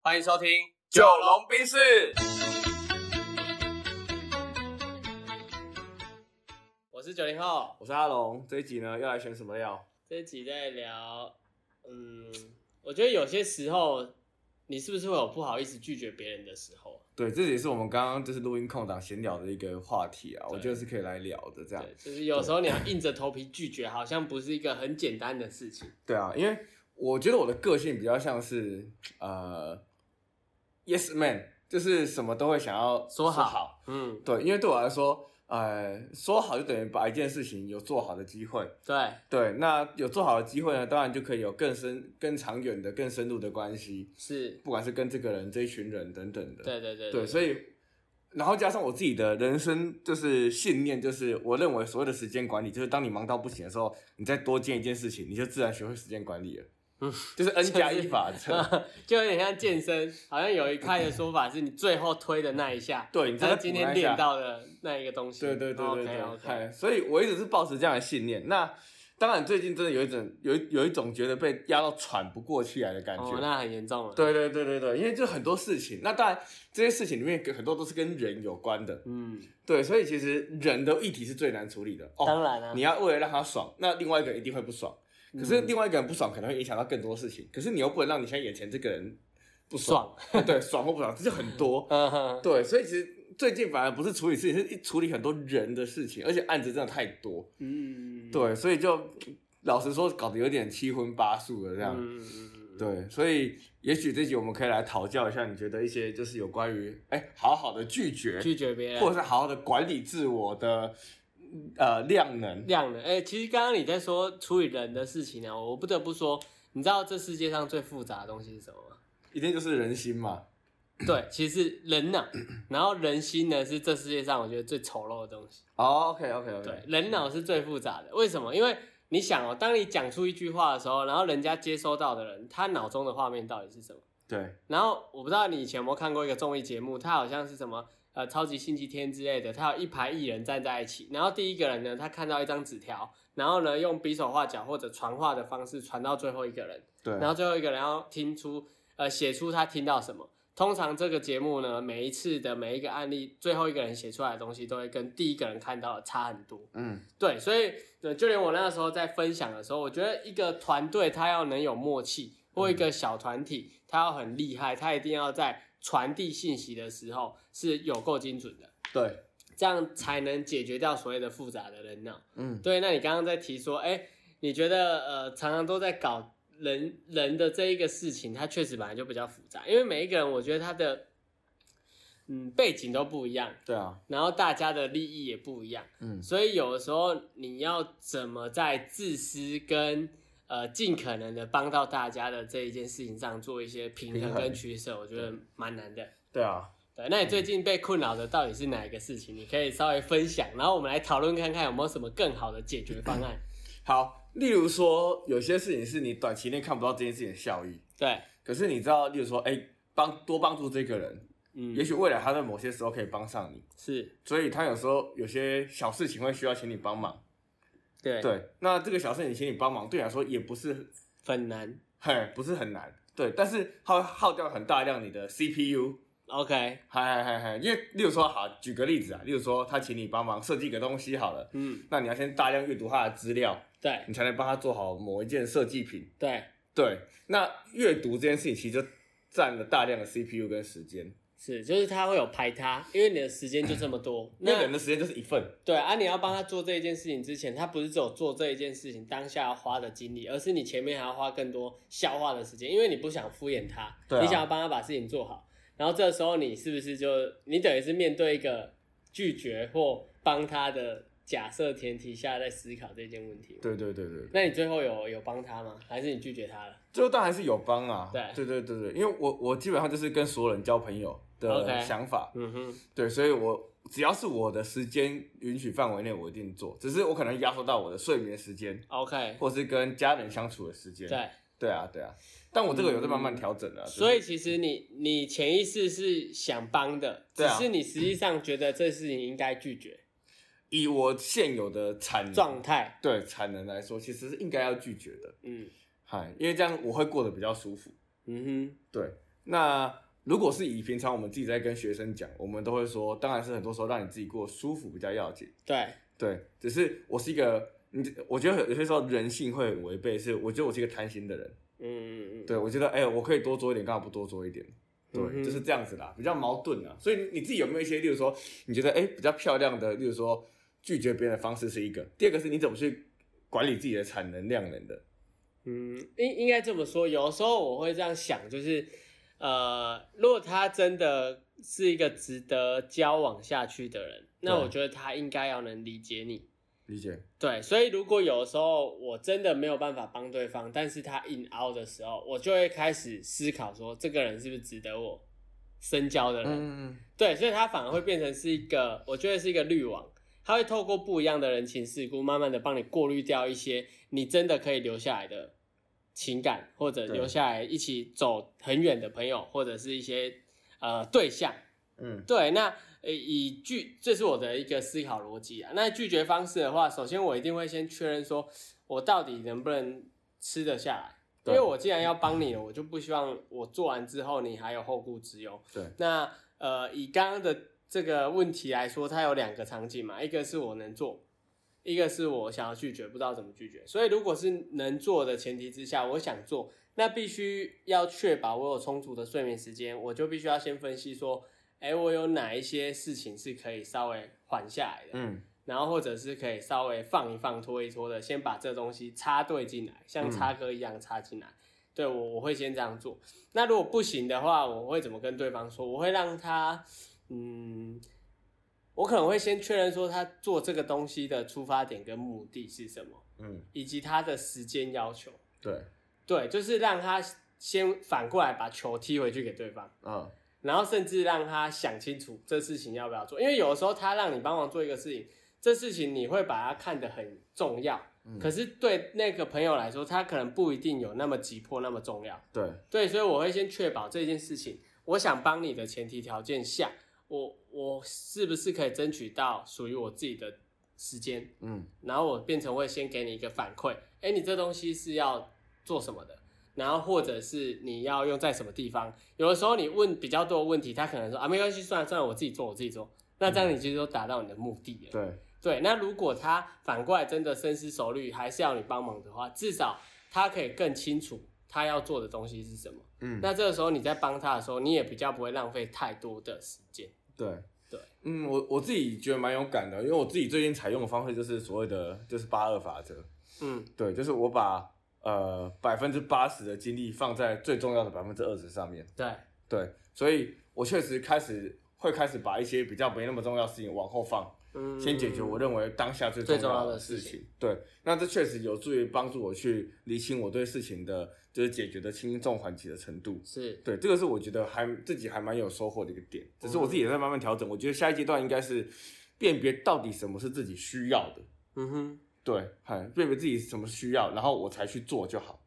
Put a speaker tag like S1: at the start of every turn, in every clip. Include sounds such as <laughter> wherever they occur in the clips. S1: 欢迎收听《
S2: 九龙冰室。
S1: 我是九零后。
S2: 我是阿龙，这一集呢要来选什么料？
S1: 这一集在聊，嗯，我觉得有些时候，你是不是会有不好意思拒绝别人的时候？
S2: 对，这也是我们刚刚就是录音空档闲聊的一个话题啊，我觉得是可以来聊的这样。
S1: 对，就是有时候你要硬着头皮拒绝，好像不是一个很简单的事
S2: <laughs>
S1: 情。
S2: 对啊，因为我觉得我的个性比较像是呃，yes man，就是什么都会想要
S1: 说好，嗯，
S2: 对，因为对我来说，呃，说好就等于把一件事情有做好的机会。
S1: 对，
S2: 对，那有做好的机会呢，当然就可以有更深、更长远的、更深入的关系，
S1: 是，
S2: 不管是跟这个人、这一群人等等的。
S1: 对对对
S2: 对，所以，然后加上我自己的人生就是信念，就是我认为所谓的时间管理，就是当你忙到不行的时候，你再多兼一件事情，你就自然学会时间管理了。
S1: 嗯，啊
S2: 就是
S1: <laughs>
S2: N 加一法则。
S1: <laughs> 就有点像健身，好像有一派的说法是你最后推的那一下，
S2: 对， <laughs> 你
S1: 才
S2: 再
S1: 是今天练。到的那一个东西。哦
S2: 对对对对
S1: OK
S2: 对，
S1: OK，
S2: 嗨所以我一直是抱持这样的信念。那当然，最近真的有一种有一有一种觉得被压到喘不过气来的感觉。
S1: 哦，那很严重了。
S2: 对对对对对，因为就很多事情，那当然这些事情里面很多都是跟人有关的，
S1: 嗯，
S2: 对，所以其实人的议题是最难处理的。哦，
S1: 当然啊，
S2: 你要为了让他爽，那另外一个人一定会不爽。可是
S1: 嗯
S2: 另外一个人不爽，可能会影响到更多事情。可是你又不能让你现在眼前这个人不爽，
S1: 爽，
S2: 对，爽或不爽，这就很多。
S1: <laughs> 嗯哼，
S2: 对，所以其实最近反而不是处理事情，是一处理很多人的事情，而且案子真的太多。
S1: 嗯，
S2: 对，所以就老实说，搞得有点七荤八素的这样。
S1: 嗯嗯嗯嗯
S2: 对，所以也许这集我们可以来讨教一下，你觉得一些就是有关于哎好好的拒绝，
S1: 嗯拒绝别人，
S2: 或者是好好的管理自我的呃量能。
S1: 亮了。哎、其实刚刚你在说处理人的事情呢、啊我不得不说，你知道这世界上最复杂的东西是什么
S2: <laughs>
S1: 吗？
S2: 一定就是人心嘛。
S1: 对，其实是人脑，然后人心呢是这世界上我觉得最丑陋的东西。
S2: 哦、o k OK OK，
S1: 对，人脑是最复杂的。为什么？因为你想哦，当你讲出一句话的时候，然后人家接收到的人，他脑中的画面到底是什么？
S2: 对
S1: 然后我不知道你以前有没有看过一个综艺节目，它好像是什么呃超级星期天之类的，它有一排艺人站在一起，然后第一个人呢，他看到一张纸条，然后呢用比手画脚或者传话的方式传到最后一个人，
S2: 对，
S1: 然后最后一个人要听出呃写出他听到什么。通常这个节目呢，每一次的每一个案例，最后一个人写出来的东西都会跟第一个人看到的差很多。
S2: 嗯，
S1: 对，所以呃，就连我那时候在分享的时候，我觉得一个团队他要能有默契，或一个小团体他要很厉害，他一定要在传递信息的时候是有够精准的，
S2: 对，
S1: 这样才能解决掉所谓的复杂的人脑。
S2: 嗯，
S1: 对，那你刚刚在提说，哎，你觉得呃，常常都在搞人人的这一个事情，它确实本来就比较复杂，因为每一个人，我觉得他的嗯背景都不一样，
S2: 对啊，
S1: 然后大家的利益也不一样。
S2: 嗯，
S1: 所以有的时候你要怎么在自私跟呃尽可能的帮到大家的这一件事情上做一些平衡
S2: 平衡
S1: 跟取舍，我觉得蛮难的。
S2: 对啊，
S1: 对，那你最近被困扰的到底是哪一个事情？你可以稍微分享，然后我们来讨论看看有没有什么更好的解决方
S2: <clears throat>
S1: 案。
S2: 好，例如说有些事情是你短期内看不到这件事情的效益，
S1: 对，
S2: 可是你知道，例如说，哎，帮多帮助这个人，也
S1: 嗯，
S2: 许未来他在某些时候可以帮上你，
S1: 是，
S2: 所以他有时候有些小事情会需要请你帮忙，
S1: 对，
S2: 对，那这个小事情请你帮忙，对你来说也不是
S1: 很难。
S2: 很不是很难，对，但是它会耗掉很大量你的 CPU，
S1: OK，
S2: 嗨嗨嗨嗨，因为例如说好，举个例子啊，例如说他请你帮忙设计个东西好了，
S1: 嗯，
S2: 那你要先大量阅读他的资料，
S1: 对，
S2: 你才能帮他做好某一件设计品。
S1: 对，
S2: 对，那阅读这件事情其实就占了大量的 CPU 跟时间，
S1: 是，就是他会有排他，因为你的时间就这么多。
S2: <clears throat> 因为
S1: 那
S2: 人的时间就是一份。
S1: 对啊，你要帮他做这一件事情之前，他不是只有做这一件事情当下要花的精力，而是你前面还要花更多消化的时间，因为你不想敷衍他，
S2: 对啊
S1: 你想要帮他把事情做好。然后这时候你是不是就你等于是面对一个拒绝或帮他的假设前提下在思考这件问题？
S2: 对对对对，
S1: 那你最后有有帮他吗？还是你拒绝他了？
S2: 最后当然是有帮啊。
S1: 对
S2: 对对对对，因为我我基本上就是跟所有人交朋友
S1: OK
S2: 的想法
S1: 嗯哼，
S2: 对，所以我只要是我的时间允许范围内，我一定做，只是我可能压缩到我的睡眠时间，
S1: ，OK，
S2: 或是跟家人相处的时间。
S1: 对。
S2: 对嗯啊，对啊，但我这个有在慢慢调整了、啊就是
S1: 所以其实你你潜意识是想帮的，只
S2: 对啊
S1: 是你实际上觉得这事情应该拒绝
S2: 以我现有的产能
S1: 状态，
S2: 对产能来说，其实是应该要拒绝的，
S1: 嗯
S2: 嗨，因为这样我会过得比较舒服。
S1: 嗯
S2: 对，那如果是以平常我们自己在跟学生讲，我们都会说，当然是很多时候让你自己过得舒服比较要紧。
S1: 对，
S2: 对，只是我是一个，你我觉得有些时候人性会很违背，是我觉得我是一个贪心的人。
S1: 嗯嗯嗯，
S2: 对，我觉得哎、我可以多做一点，干嘛不多做一点？对，
S1: 嗯哼
S2: 就是这样子啦，比较矛盾啊。所以你自己有没有一些，例如说，你觉得哎、比较漂亮的，例如说拒绝别人的方式是一个，第二个是你怎么去管理自己的产能量能的？
S1: 嗯，应应该这么说。有时候我会这样想，就是，呃，如果他真的是一个值得交往下去的人，那
S2: 对
S1: 我觉得他应该要能理解你。
S2: 理解？
S1: 对，所以如果有的时候我真的没有办法帮对方，但是他硬凹的时候，我就会开始思考说，这个人是不是值得我深交的人？
S2: 嗯，
S1: 对，所以他反而会变成是一个，我觉得是一个滤网，他会透过不一样的人情世故，慢慢的帮你过滤掉一些你真的可以留下来的情感，或者
S2: 对
S1: 留下来一起走很远的朋友，或者是一些呃对象。
S2: 嗯，
S1: 对，那呃，以拒，这是我的一个思考逻辑啊。那拒绝方式的话，首先我一定会先确认说，我到底能不能吃得下来。因
S2: 对
S1: 为我既然要帮你了，我就不希望我做完之后你还有后顾之忧。
S2: 对，
S1: 那呃，以刚刚的这个问题来说，它有两个场景嘛，一个是我能做，一个是我想要拒绝，不知道怎么拒绝。所以如果是能做的前提之下，我想做，那必须要确保我有充足的睡眠时间，我就必须要先分析说，哎，我有哪一些事情是可以稍微缓下来的，
S2: 嗯，
S1: 然后或者是可以稍微放一放、拖一拖的，先把这东西插对进来，像
S2: 嗯
S1: 插歌一样插进来。对我我会先这样做。那如果不行的话，我会怎么跟对方说？我会让他，嗯，我可能会先确认说他做这个东西的出发点跟目的是什么，
S2: 嗯，
S1: 以及他的时间要求。
S2: 对，
S1: 对，就是让他先反过来把球踢回去给对方。
S2: 嗯，
S1: 然后甚至让他想清楚这事情要不要做，因为有的时候他让你帮忙做一个事情，这事情你会把它看得很重要，
S2: 嗯
S1: 可是对那个朋友来说，他可能不一定有那么急迫那么重要。
S2: 对，
S1: 对，所以我会先确保这件事情，我想帮你的前提条件下，我我是不是可以争取到属于我自己的时间，
S2: 嗯，
S1: 然后我变成会先给你一个反馈，哎，你这东西是要做什么的，然后或者是你要用在什么地方。有的时候你问比较多的问题，他可能说啊没关系，算了算了，我自己做，我自己做。那这样你其实都达到你的目的了。
S2: 嗯对，
S1: 对，那如果他反过来真的深思熟虑，还是要你帮忙的话，至少他可以更清楚他要做的东西是什么。
S2: 嗯，
S1: 那这个时候你在帮他的时候，你也比较不会浪费太多的时间。
S2: 对
S1: 对，
S2: 嗯，我我自己觉得蛮有感的，因为我自己最近采用的方式就是所谓的就是八二法则，
S1: 嗯
S2: 对，就是我把呃百分之八十的精力放在最重要的百分之二十上面，
S1: 对，
S2: 对，所以我确实开始会开始把一些比较没那么重要的事情往后放，
S1: 嗯，
S2: 先解决我认为当下最
S1: 最重
S2: 要
S1: 要的
S2: 事
S1: 事情。
S2: 对，那这确实有助于帮助我去理清我对事情的就是解决的轻重缓急的程度。
S1: 是
S2: 对，这个是我觉得还自己还蛮有收获的一个点，只是我自己也在慢慢调整。我觉得下一阶段应该是辨别到底什么是自己需要的，
S1: 嗯哼，
S2: 对，嗨，辨别自己什么需要，然后我才去做就好。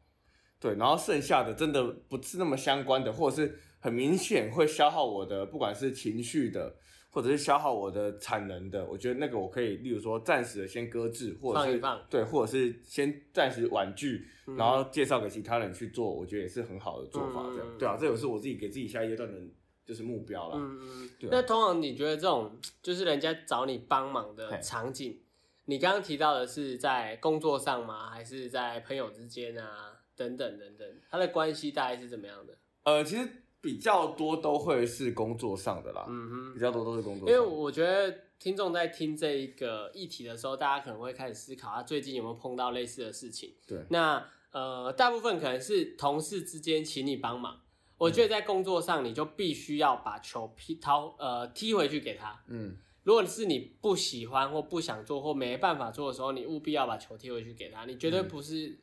S2: 对，然后剩下的真的不是那么相关的，或者是很明显会消耗我的，不管是情绪的，或者是消耗我的产能的，我觉得那个我可以，例如说暂时的先搁置，或者
S1: 放
S2: 是
S1: 一放
S2: 对，或者是先暂时婉拒，
S1: 嗯
S2: 然后介绍给其他人去做，我觉得也是很好的做法。这样，
S1: 嗯
S2: 对啊，这也是我自己给自己下一阶段的就是目标啦。
S1: 嗯嗯
S2: 对啊
S1: 那通常你觉得这种就是人家找你帮忙
S2: 嘿
S1: 的场景，你刚刚提到的是在工作上吗？还是在朋友之间啊？等等等等，他的关系大概是怎么样的？
S2: 呃，其实比较多都会是工作上的啦，
S1: 嗯哼
S2: 比，较多都是工
S1: 因
S2: 作上的。
S1: 为我觉得听众在听这一个议题的时候，大家可能会开始思考他最近有没有碰到类似的事情。
S2: 对，
S1: 那呃，大部分可能是同事之间请你帮忙，我
S2: 嗯
S1: 觉得在工作上你就必须要把球劈掏呃踢回去给他。
S2: 嗯
S1: 如果是你不喜欢或不想做或没办法做的时候，你务必要把球踢回去给他。你绝对
S2: 嗯
S1: 不是，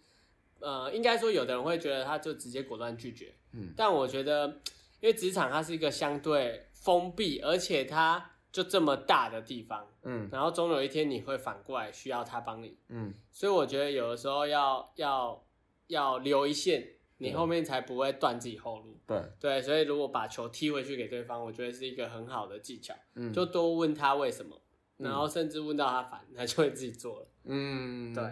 S1: 呃，应该说有的人会觉得他就直接果断拒绝，
S2: 嗯
S1: 但我觉得，因为职场它是一个相对封闭，而且它就这么大的地方，
S2: 嗯
S1: 然后总有一天你会反过来需要他帮你，
S2: 嗯，
S1: 所以我觉得有的时候要要要留一线，你
S2: 对
S1: 后面才不会断自己后路。
S2: 对，
S1: 对，所以如果把球踢回去给对方，我觉得是一个很好的技巧，
S2: 嗯
S1: 就多问他为什么，然后甚至问到他烦， <laughs> 他就会自己做了。
S2: 嗯，
S1: 对，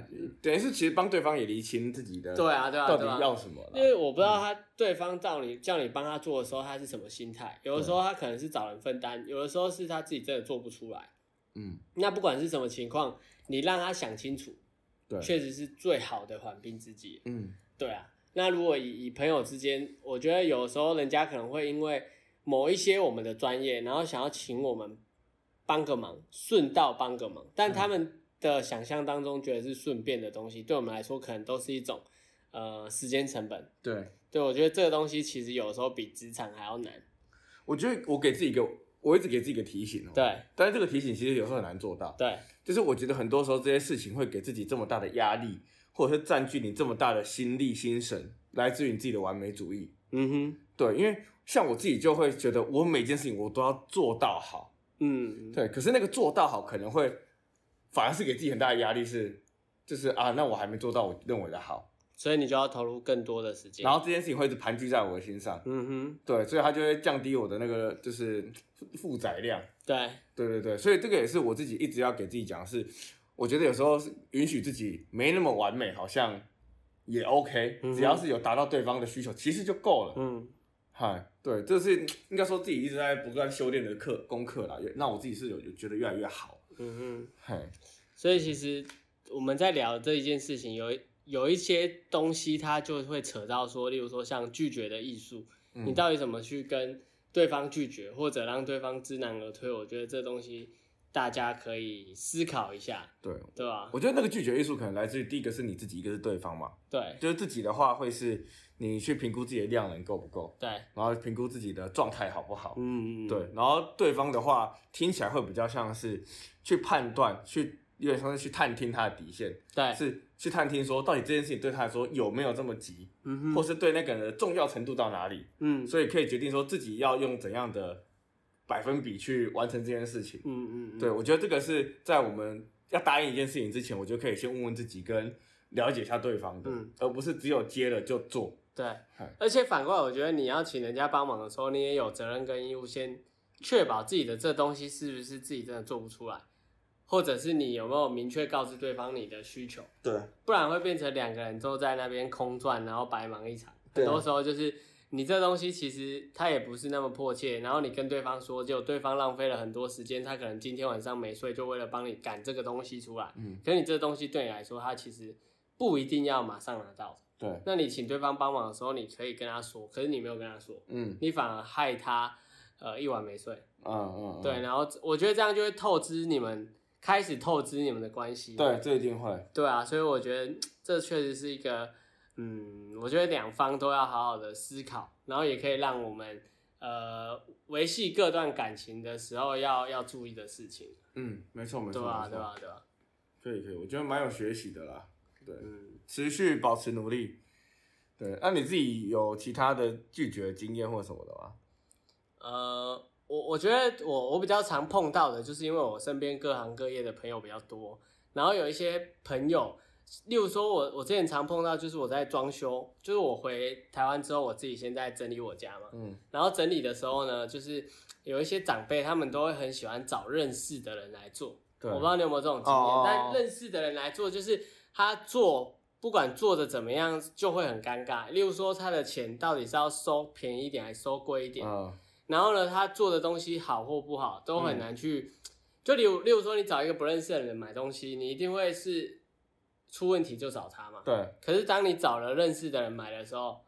S2: 等于是其实帮对方也厘清自己的
S1: 对啊，对啊，
S2: 嗯到底
S1: 对啊。
S2: 要什么
S1: 因
S2: 了。
S1: 为我不知道他对方叫你叫你帮他做的时候，他是什么心态。有的时候他可能是找人分担，有的时候是他自己真的做不出来。
S2: 嗯，
S1: 那不管是什么情况，你让他想清楚，
S2: 对，
S1: 确实是最好的缓兵之计。
S2: 嗯
S1: 对啊，那如果以以朋友之间，我觉得有时候人家可能会因为某一些我们的专业，然后想要请我们帮个忙，顺道帮个忙，但
S2: 嗯
S1: 他们的想象当中觉得是顺便的东西，对我们来说可能都是一种呃时间成本。
S2: 对，
S1: 对，我觉得这个东西其实有时候比职场还要难。
S2: 我觉得我给自己一个，我一直给自己一个提醒哦。，
S1: 对
S2: 但是这个提醒其实有时候很难做到，
S1: 对
S2: 就是我觉得很多时候这些事情会给自己这么大的压力，或者是占据你这么大的心力心神，来自于你自己的完美主义。
S1: 嗯哼，
S2: 对，因为像我自己就会觉得，我每件事情我都要做到好。
S1: 嗯，
S2: 对，可是那个做到好可能会反而是给自己很大的压力是，就是啊，那我还没做到我认为的好，
S1: 所以你就要投入更多的时间。
S2: 然后这件事情会一直盘踞在我的心上。
S1: 嗯哼，
S2: 对，所以它就会降低我的那个就是负负载量。
S1: 对，
S2: 对对对，所以这个也是我自己一直要给自己讲的是，我觉得有时候是允许自己没那么完美，好像也 OK，
S1: 嗯哼
S2: 只要是有达到对方的需求，其实就够了。
S1: 嗯
S2: 嗨，对，这是应该说自己一直在不断修炼的课功课啦，也那我自己是有有觉得越来越好。
S1: 嗯哼。
S2: 嗨，
S1: 所以其实我们在聊这一件事情，有一有一些东西，它就会扯到说，例如说像拒绝的艺术，
S2: 嗯
S1: 你到底怎么去跟对方拒绝，或者让对方知难而退？我觉得这东西大家可以思考一下，
S2: 对，
S1: 对吧？
S2: 我觉得那个拒绝艺术可能来自于第一个是你自己，一个是对方嘛。
S1: 对
S2: 就是自己的话，会是你去评估自己的量能够不够，
S1: 对，
S2: 然后评估自己的状态好不好。
S1: 嗯，
S2: 对，然后对方的话听起来会比较像是去判断，去有点像是去探听他的底线，
S1: 对，
S2: 是去探听说到底这件事情对他来说有没有这么急，
S1: 嗯
S2: 或
S1: 哼，
S2: 是对那个人的重要程度到哪里，
S1: 嗯
S2: 所以可以决定说自己要用怎样的百分比去完成这件事情。
S1: 嗯嗯，
S2: 对，，我觉得这个是在我们要答应一件事情之前，我就可以先问问自己跟了解一下对方的，
S1: 嗯
S2: 而不是只有接了就做。
S1: 对
S2: 嗨。
S1: 而且反过来，我觉得你要请人家帮忙的时候，你也有责任跟义务先确保自己的这东西是不是自己真的做不出来，或者是你有没有明确告知对方你的需求，
S2: 对，
S1: 不然会变成两个人都在那边空转，然后白忙一场。
S2: 对
S1: 很
S2: 啊
S1: 多时候就是你这东西其实它也不是那么迫切，然后你跟对方说，结果对方浪费了很多时间，他可能今天晚上没睡，就为了帮你赶这个东西出来。
S2: 嗯，
S1: 可是你这东西对你来说，它其实不一定要马上拿到。
S2: 对，
S1: 那你请对方帮忙的时候，你可以跟他说，可是你没有跟他说，
S2: 嗯
S1: 你反而害他呃一晚没睡。
S2: 嗯嗯，嗯
S1: 对，然后我觉得这样就会透支你们开始透支你们的关系。
S2: 对，这一定会。
S1: 对啊，所以我觉得嗯这确实是一个，嗯，我觉得两方都要好好的思考，然后也可以让我们呃维系各段感情的时候要要注意的事情。
S2: 嗯，没错没错，
S1: 对啊，
S2: 没错
S1: 对啊，对啊，
S2: 可以可以，我觉得蛮有学习的啦。对，
S1: 嗯，
S2: 持续保持努力。对，那、你自己有其他的拒绝经验或什么的吗？
S1: 呃，我我觉得我我比较常碰到的，就是因为我身边各行各业的朋友比较多，然后有一些朋友，例如说我我之前常碰到，就是我在装修，就是我回台湾之后，我自己先在整理我家嘛，
S2: 嗯
S1: 然后整理的时候呢，就是有一些长辈他们都会很喜欢找认识的人来做，
S2: 对
S1: 我不知道你有没有这种经验，
S2: 哦
S1: 但认识的人来做，就是他做不管做的怎么样，就会很尴尬。例如说他的钱到底是要收便宜一点，还是收贵一点？
S2: 嗯
S1: 然后呢，他做的东西好或不好，都很难去。就例如，例如说，你找一个不认识的人买东西，你一定会是出问题就找他嘛。
S2: 对
S1: 可是当你找了认识的人买的时候，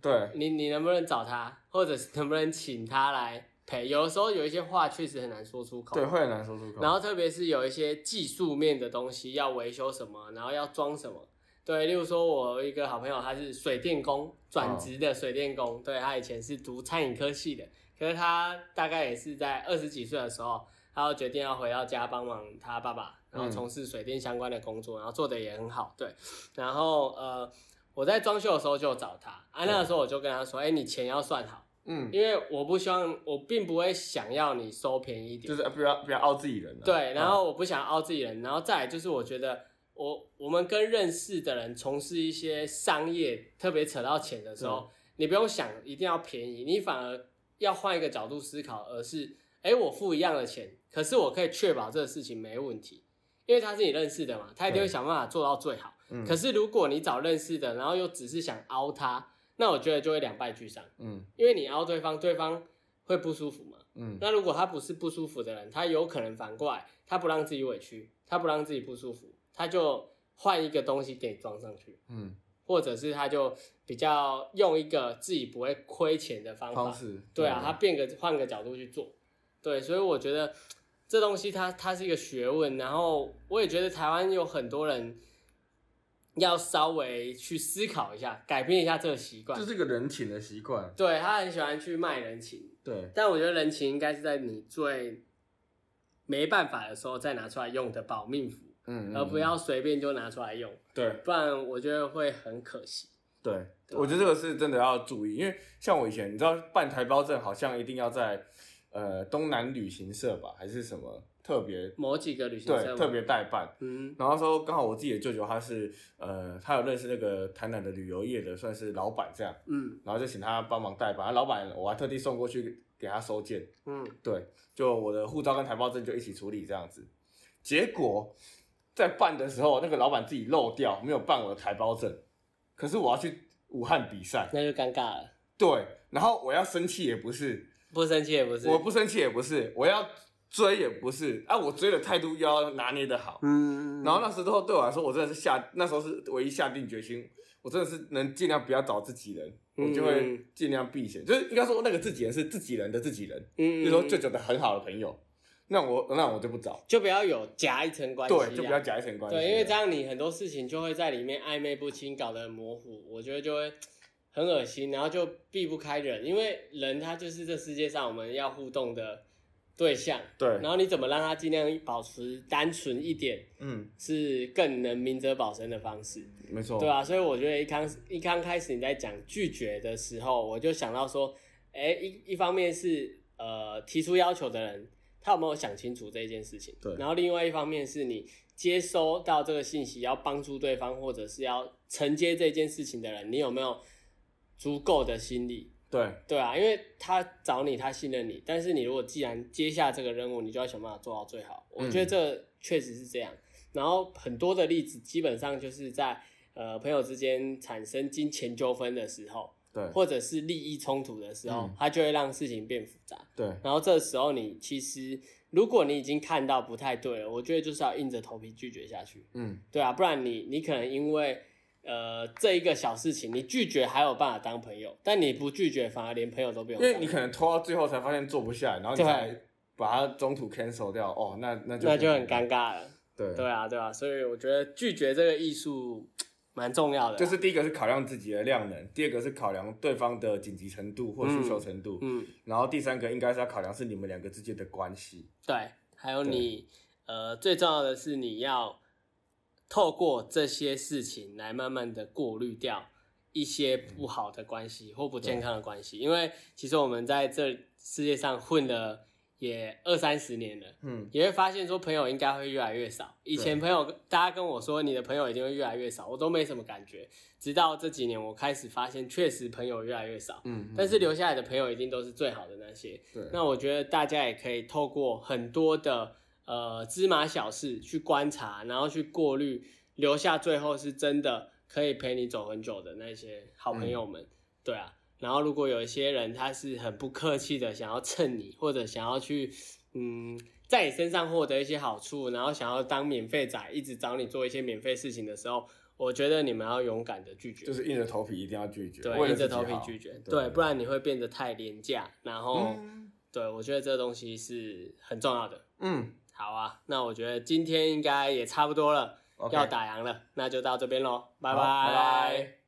S2: 对
S1: 你你能不能找他，或者是能不能请他来陪？有的时候有一些话确实很难说出口。
S2: 对，会很难说出口。
S1: 然后特别是有一些技术面的东西要维修什么，然后要装什么。对，例如说，我有一个好朋友，他是水电工
S2: 嗯
S1: 转职的水电工，对他以前是读餐饮科系的，可是他大概也是在二十几岁的时候，他就决定要回到家帮忙他爸爸，然后
S2: 嗯
S1: 从事水电相关的工作，然后做的也很好，对。然后呃，我在装修的时候就有找他，啊，那个时候我就跟他说，哎、你钱要算好，
S2: 嗯，
S1: 因为我不希望，我并不会想要你收便宜一点，
S2: 就是不要不要傲自己人了。
S1: 对，然
S2: 嗯
S1: 后我不想凹自己人，然后再来就是我觉得我我们跟认识的人从事一些商业，特别扯到钱
S2: 嗯
S1: 的时候，你不用想一定要便宜，你反而要换一个角度思考，而是哎，我付一样的钱，可是我可以确保这个事情没问题，因为他是你认识的嘛，他一定会
S2: 对
S1: 想办法做到最好。
S2: 嗯
S1: 可是如果你找认识的，然后又只是想凹他，那我觉得就会两败俱伤，
S2: 嗯
S1: 因为你凹对方，对方会不舒服嘛。
S2: 嗯
S1: 那如果他不是不舒服的人，他有可能反过来，他不让自己委屈，他不让自己不舒服，他就换一个东西给你装上去，
S2: 嗯，
S1: 或者是他就比较用一个自己不会亏钱的方法，
S2: 方式嗯
S1: 对啊，他变个换个角度去做，对，所以我觉得这东西它它是一个学问，然后我也觉得台湾有很多人要稍微去思考一下，改变一下这个习惯
S2: 这，是个人情的习惯，
S1: 对他很喜欢去卖人情，
S2: 对，
S1: 但我觉得人情应该是在你最没办法的时候再拿出来用的保命符，
S2: 嗯，
S1: 而不要随便就拿出来用，
S2: 对
S1: 不然我觉得会很可惜。
S2: 对，
S1: 对啊
S2: 我觉得这个是真的要注意，因为像我以前，你知道办台胞证好像一定要在呃东南旅行社吧，还是什么特别
S1: 某几个旅行社
S2: 对
S1: 嘛
S2: 特别代办，
S1: 嗯
S2: 然后说刚好我自己的舅舅他是呃，他有认识那个台南的旅游业的，算是老板这样，
S1: 嗯
S2: 然后就请他帮忙代办。啊老板我还特地送过去给他收件，
S1: 嗯，
S2: 对，就我的护照跟台胞证就一起处理这样子。结果在办的时候，那个老板自己漏掉，没有办我的台胞证，可是我要去武汉比赛，
S1: 那就尴尬了，
S2: 对，然后我要生气也不是，
S1: 不生气也不是，
S2: 我不生气也不是，我要追也不是，啊，我追的态度要拿捏的好。
S1: 嗯，
S2: 然后那时候对我来说，我真的是下那时候是唯一下定决心，我真的是能尽量不要找自己人，
S1: 嗯
S2: 我就会尽量避嫌。就是应该说那个自己人是自己人的自己人，
S1: 嗯
S2: 比如说舅舅的很好的朋友，那我那我就不找，
S1: 就不要有夹一层关系啊，
S2: 对，就不要夹一层关系。
S1: 对，因为这样你很多事情就会在里面暧昧不清，搞得很模糊，我觉得就会很恶心，然后就避不开人，因为人他就是这世界上我们要互动的对象，然
S2: 对，
S1: 后你怎么让他尽量保持单纯一点，
S2: 嗯，
S1: 是更能明哲保身的方式，
S2: 没错，
S1: 对啊，所以我觉得一刚一刚开始你在讲拒绝的时候，我就想到说，哎、一一方面是呃提出要求的人他有没有想清楚这件事情，
S2: 对
S1: 然后另外一方面是你接收到这个信息要帮助对方或者是要承接这件事情的人，你有没有足够的心力？
S2: 对
S1: 对啊，因为他找你，他信任你，但是你如果既然接下这个任务，你就要想办法做到最好。我觉得这确实是这样。然后很多的例子基本上就是在呃朋友之间产生金钱纠纷的时候，
S2: 对
S1: 或者是利益冲突的时候
S2: 嗯，
S1: 它就会让事情变复杂。
S2: 对，
S1: 然后这时候你其实如果你已经看到不太对了，我觉得就是要硬着头皮拒绝下去。
S2: 嗯，
S1: 对啊，不然你你可能因为呃这一个小事情，你拒绝还有办法当朋友，但你不拒绝反而连朋友都不
S2: 因
S1: 用当。
S2: 为你可能拖到最后才发现做不下来，然后你
S1: 对
S2: 才把它中途 cancel 掉，哦，那那就
S1: 那就很尴尬了。
S2: 对
S1: 对啊，对啊，所以我觉得拒绝这个艺术蛮重要的啊。
S2: 就是第一个是考量自己的量能，第二个是考量对方的紧急程度或需求程度，
S1: 嗯，
S2: 然后第三个应该是要考量是你们两个之间的关系。
S1: 对，还有
S2: 对
S1: 你呃最重要的是你要透过这些事情来慢慢的过滤掉一些不好的关系或不健康的关系，因为其实我们在这世界上混了也二三十年了。
S2: 嗯，
S1: 也会发现说朋友应该会越来越少。以前朋友大家跟我说你的朋友一定会越来越少，我都没什么感觉。直到这几年我开始发现，确实朋友越来越少，
S2: 嗯
S1: 但是留下来的朋友一定都是最好的那些。
S2: 对，
S1: 那我觉得大家也可以透过很多的呃芝麻小事去观察，然后去过滤，留下最后是真的可以陪你走很久的那些好朋友们。对啊，然后如果有一些人他是很不客气的，想要蹭你，或者想要去嗯在你身上获得一些好处，然后想要当免费仔，一直找你做一些免费事情的时候，我觉得你们要勇敢的拒绝。
S2: 就是硬着头皮一定要拒绝，为
S1: 对，
S2: 了
S1: 硬着
S2: 自己
S1: 头皮
S2: 好
S1: 拒绝，对，
S2: 对
S1: 不然你会变得太廉价，然后、
S2: 嗯
S1: 对，我觉得这东西是很重要的。
S2: 嗯
S1: 好啊，那我觉得今天应该也差不多了
S2: o k
S1: 要打烊了，那就到这边喽，拜
S2: 拜拜。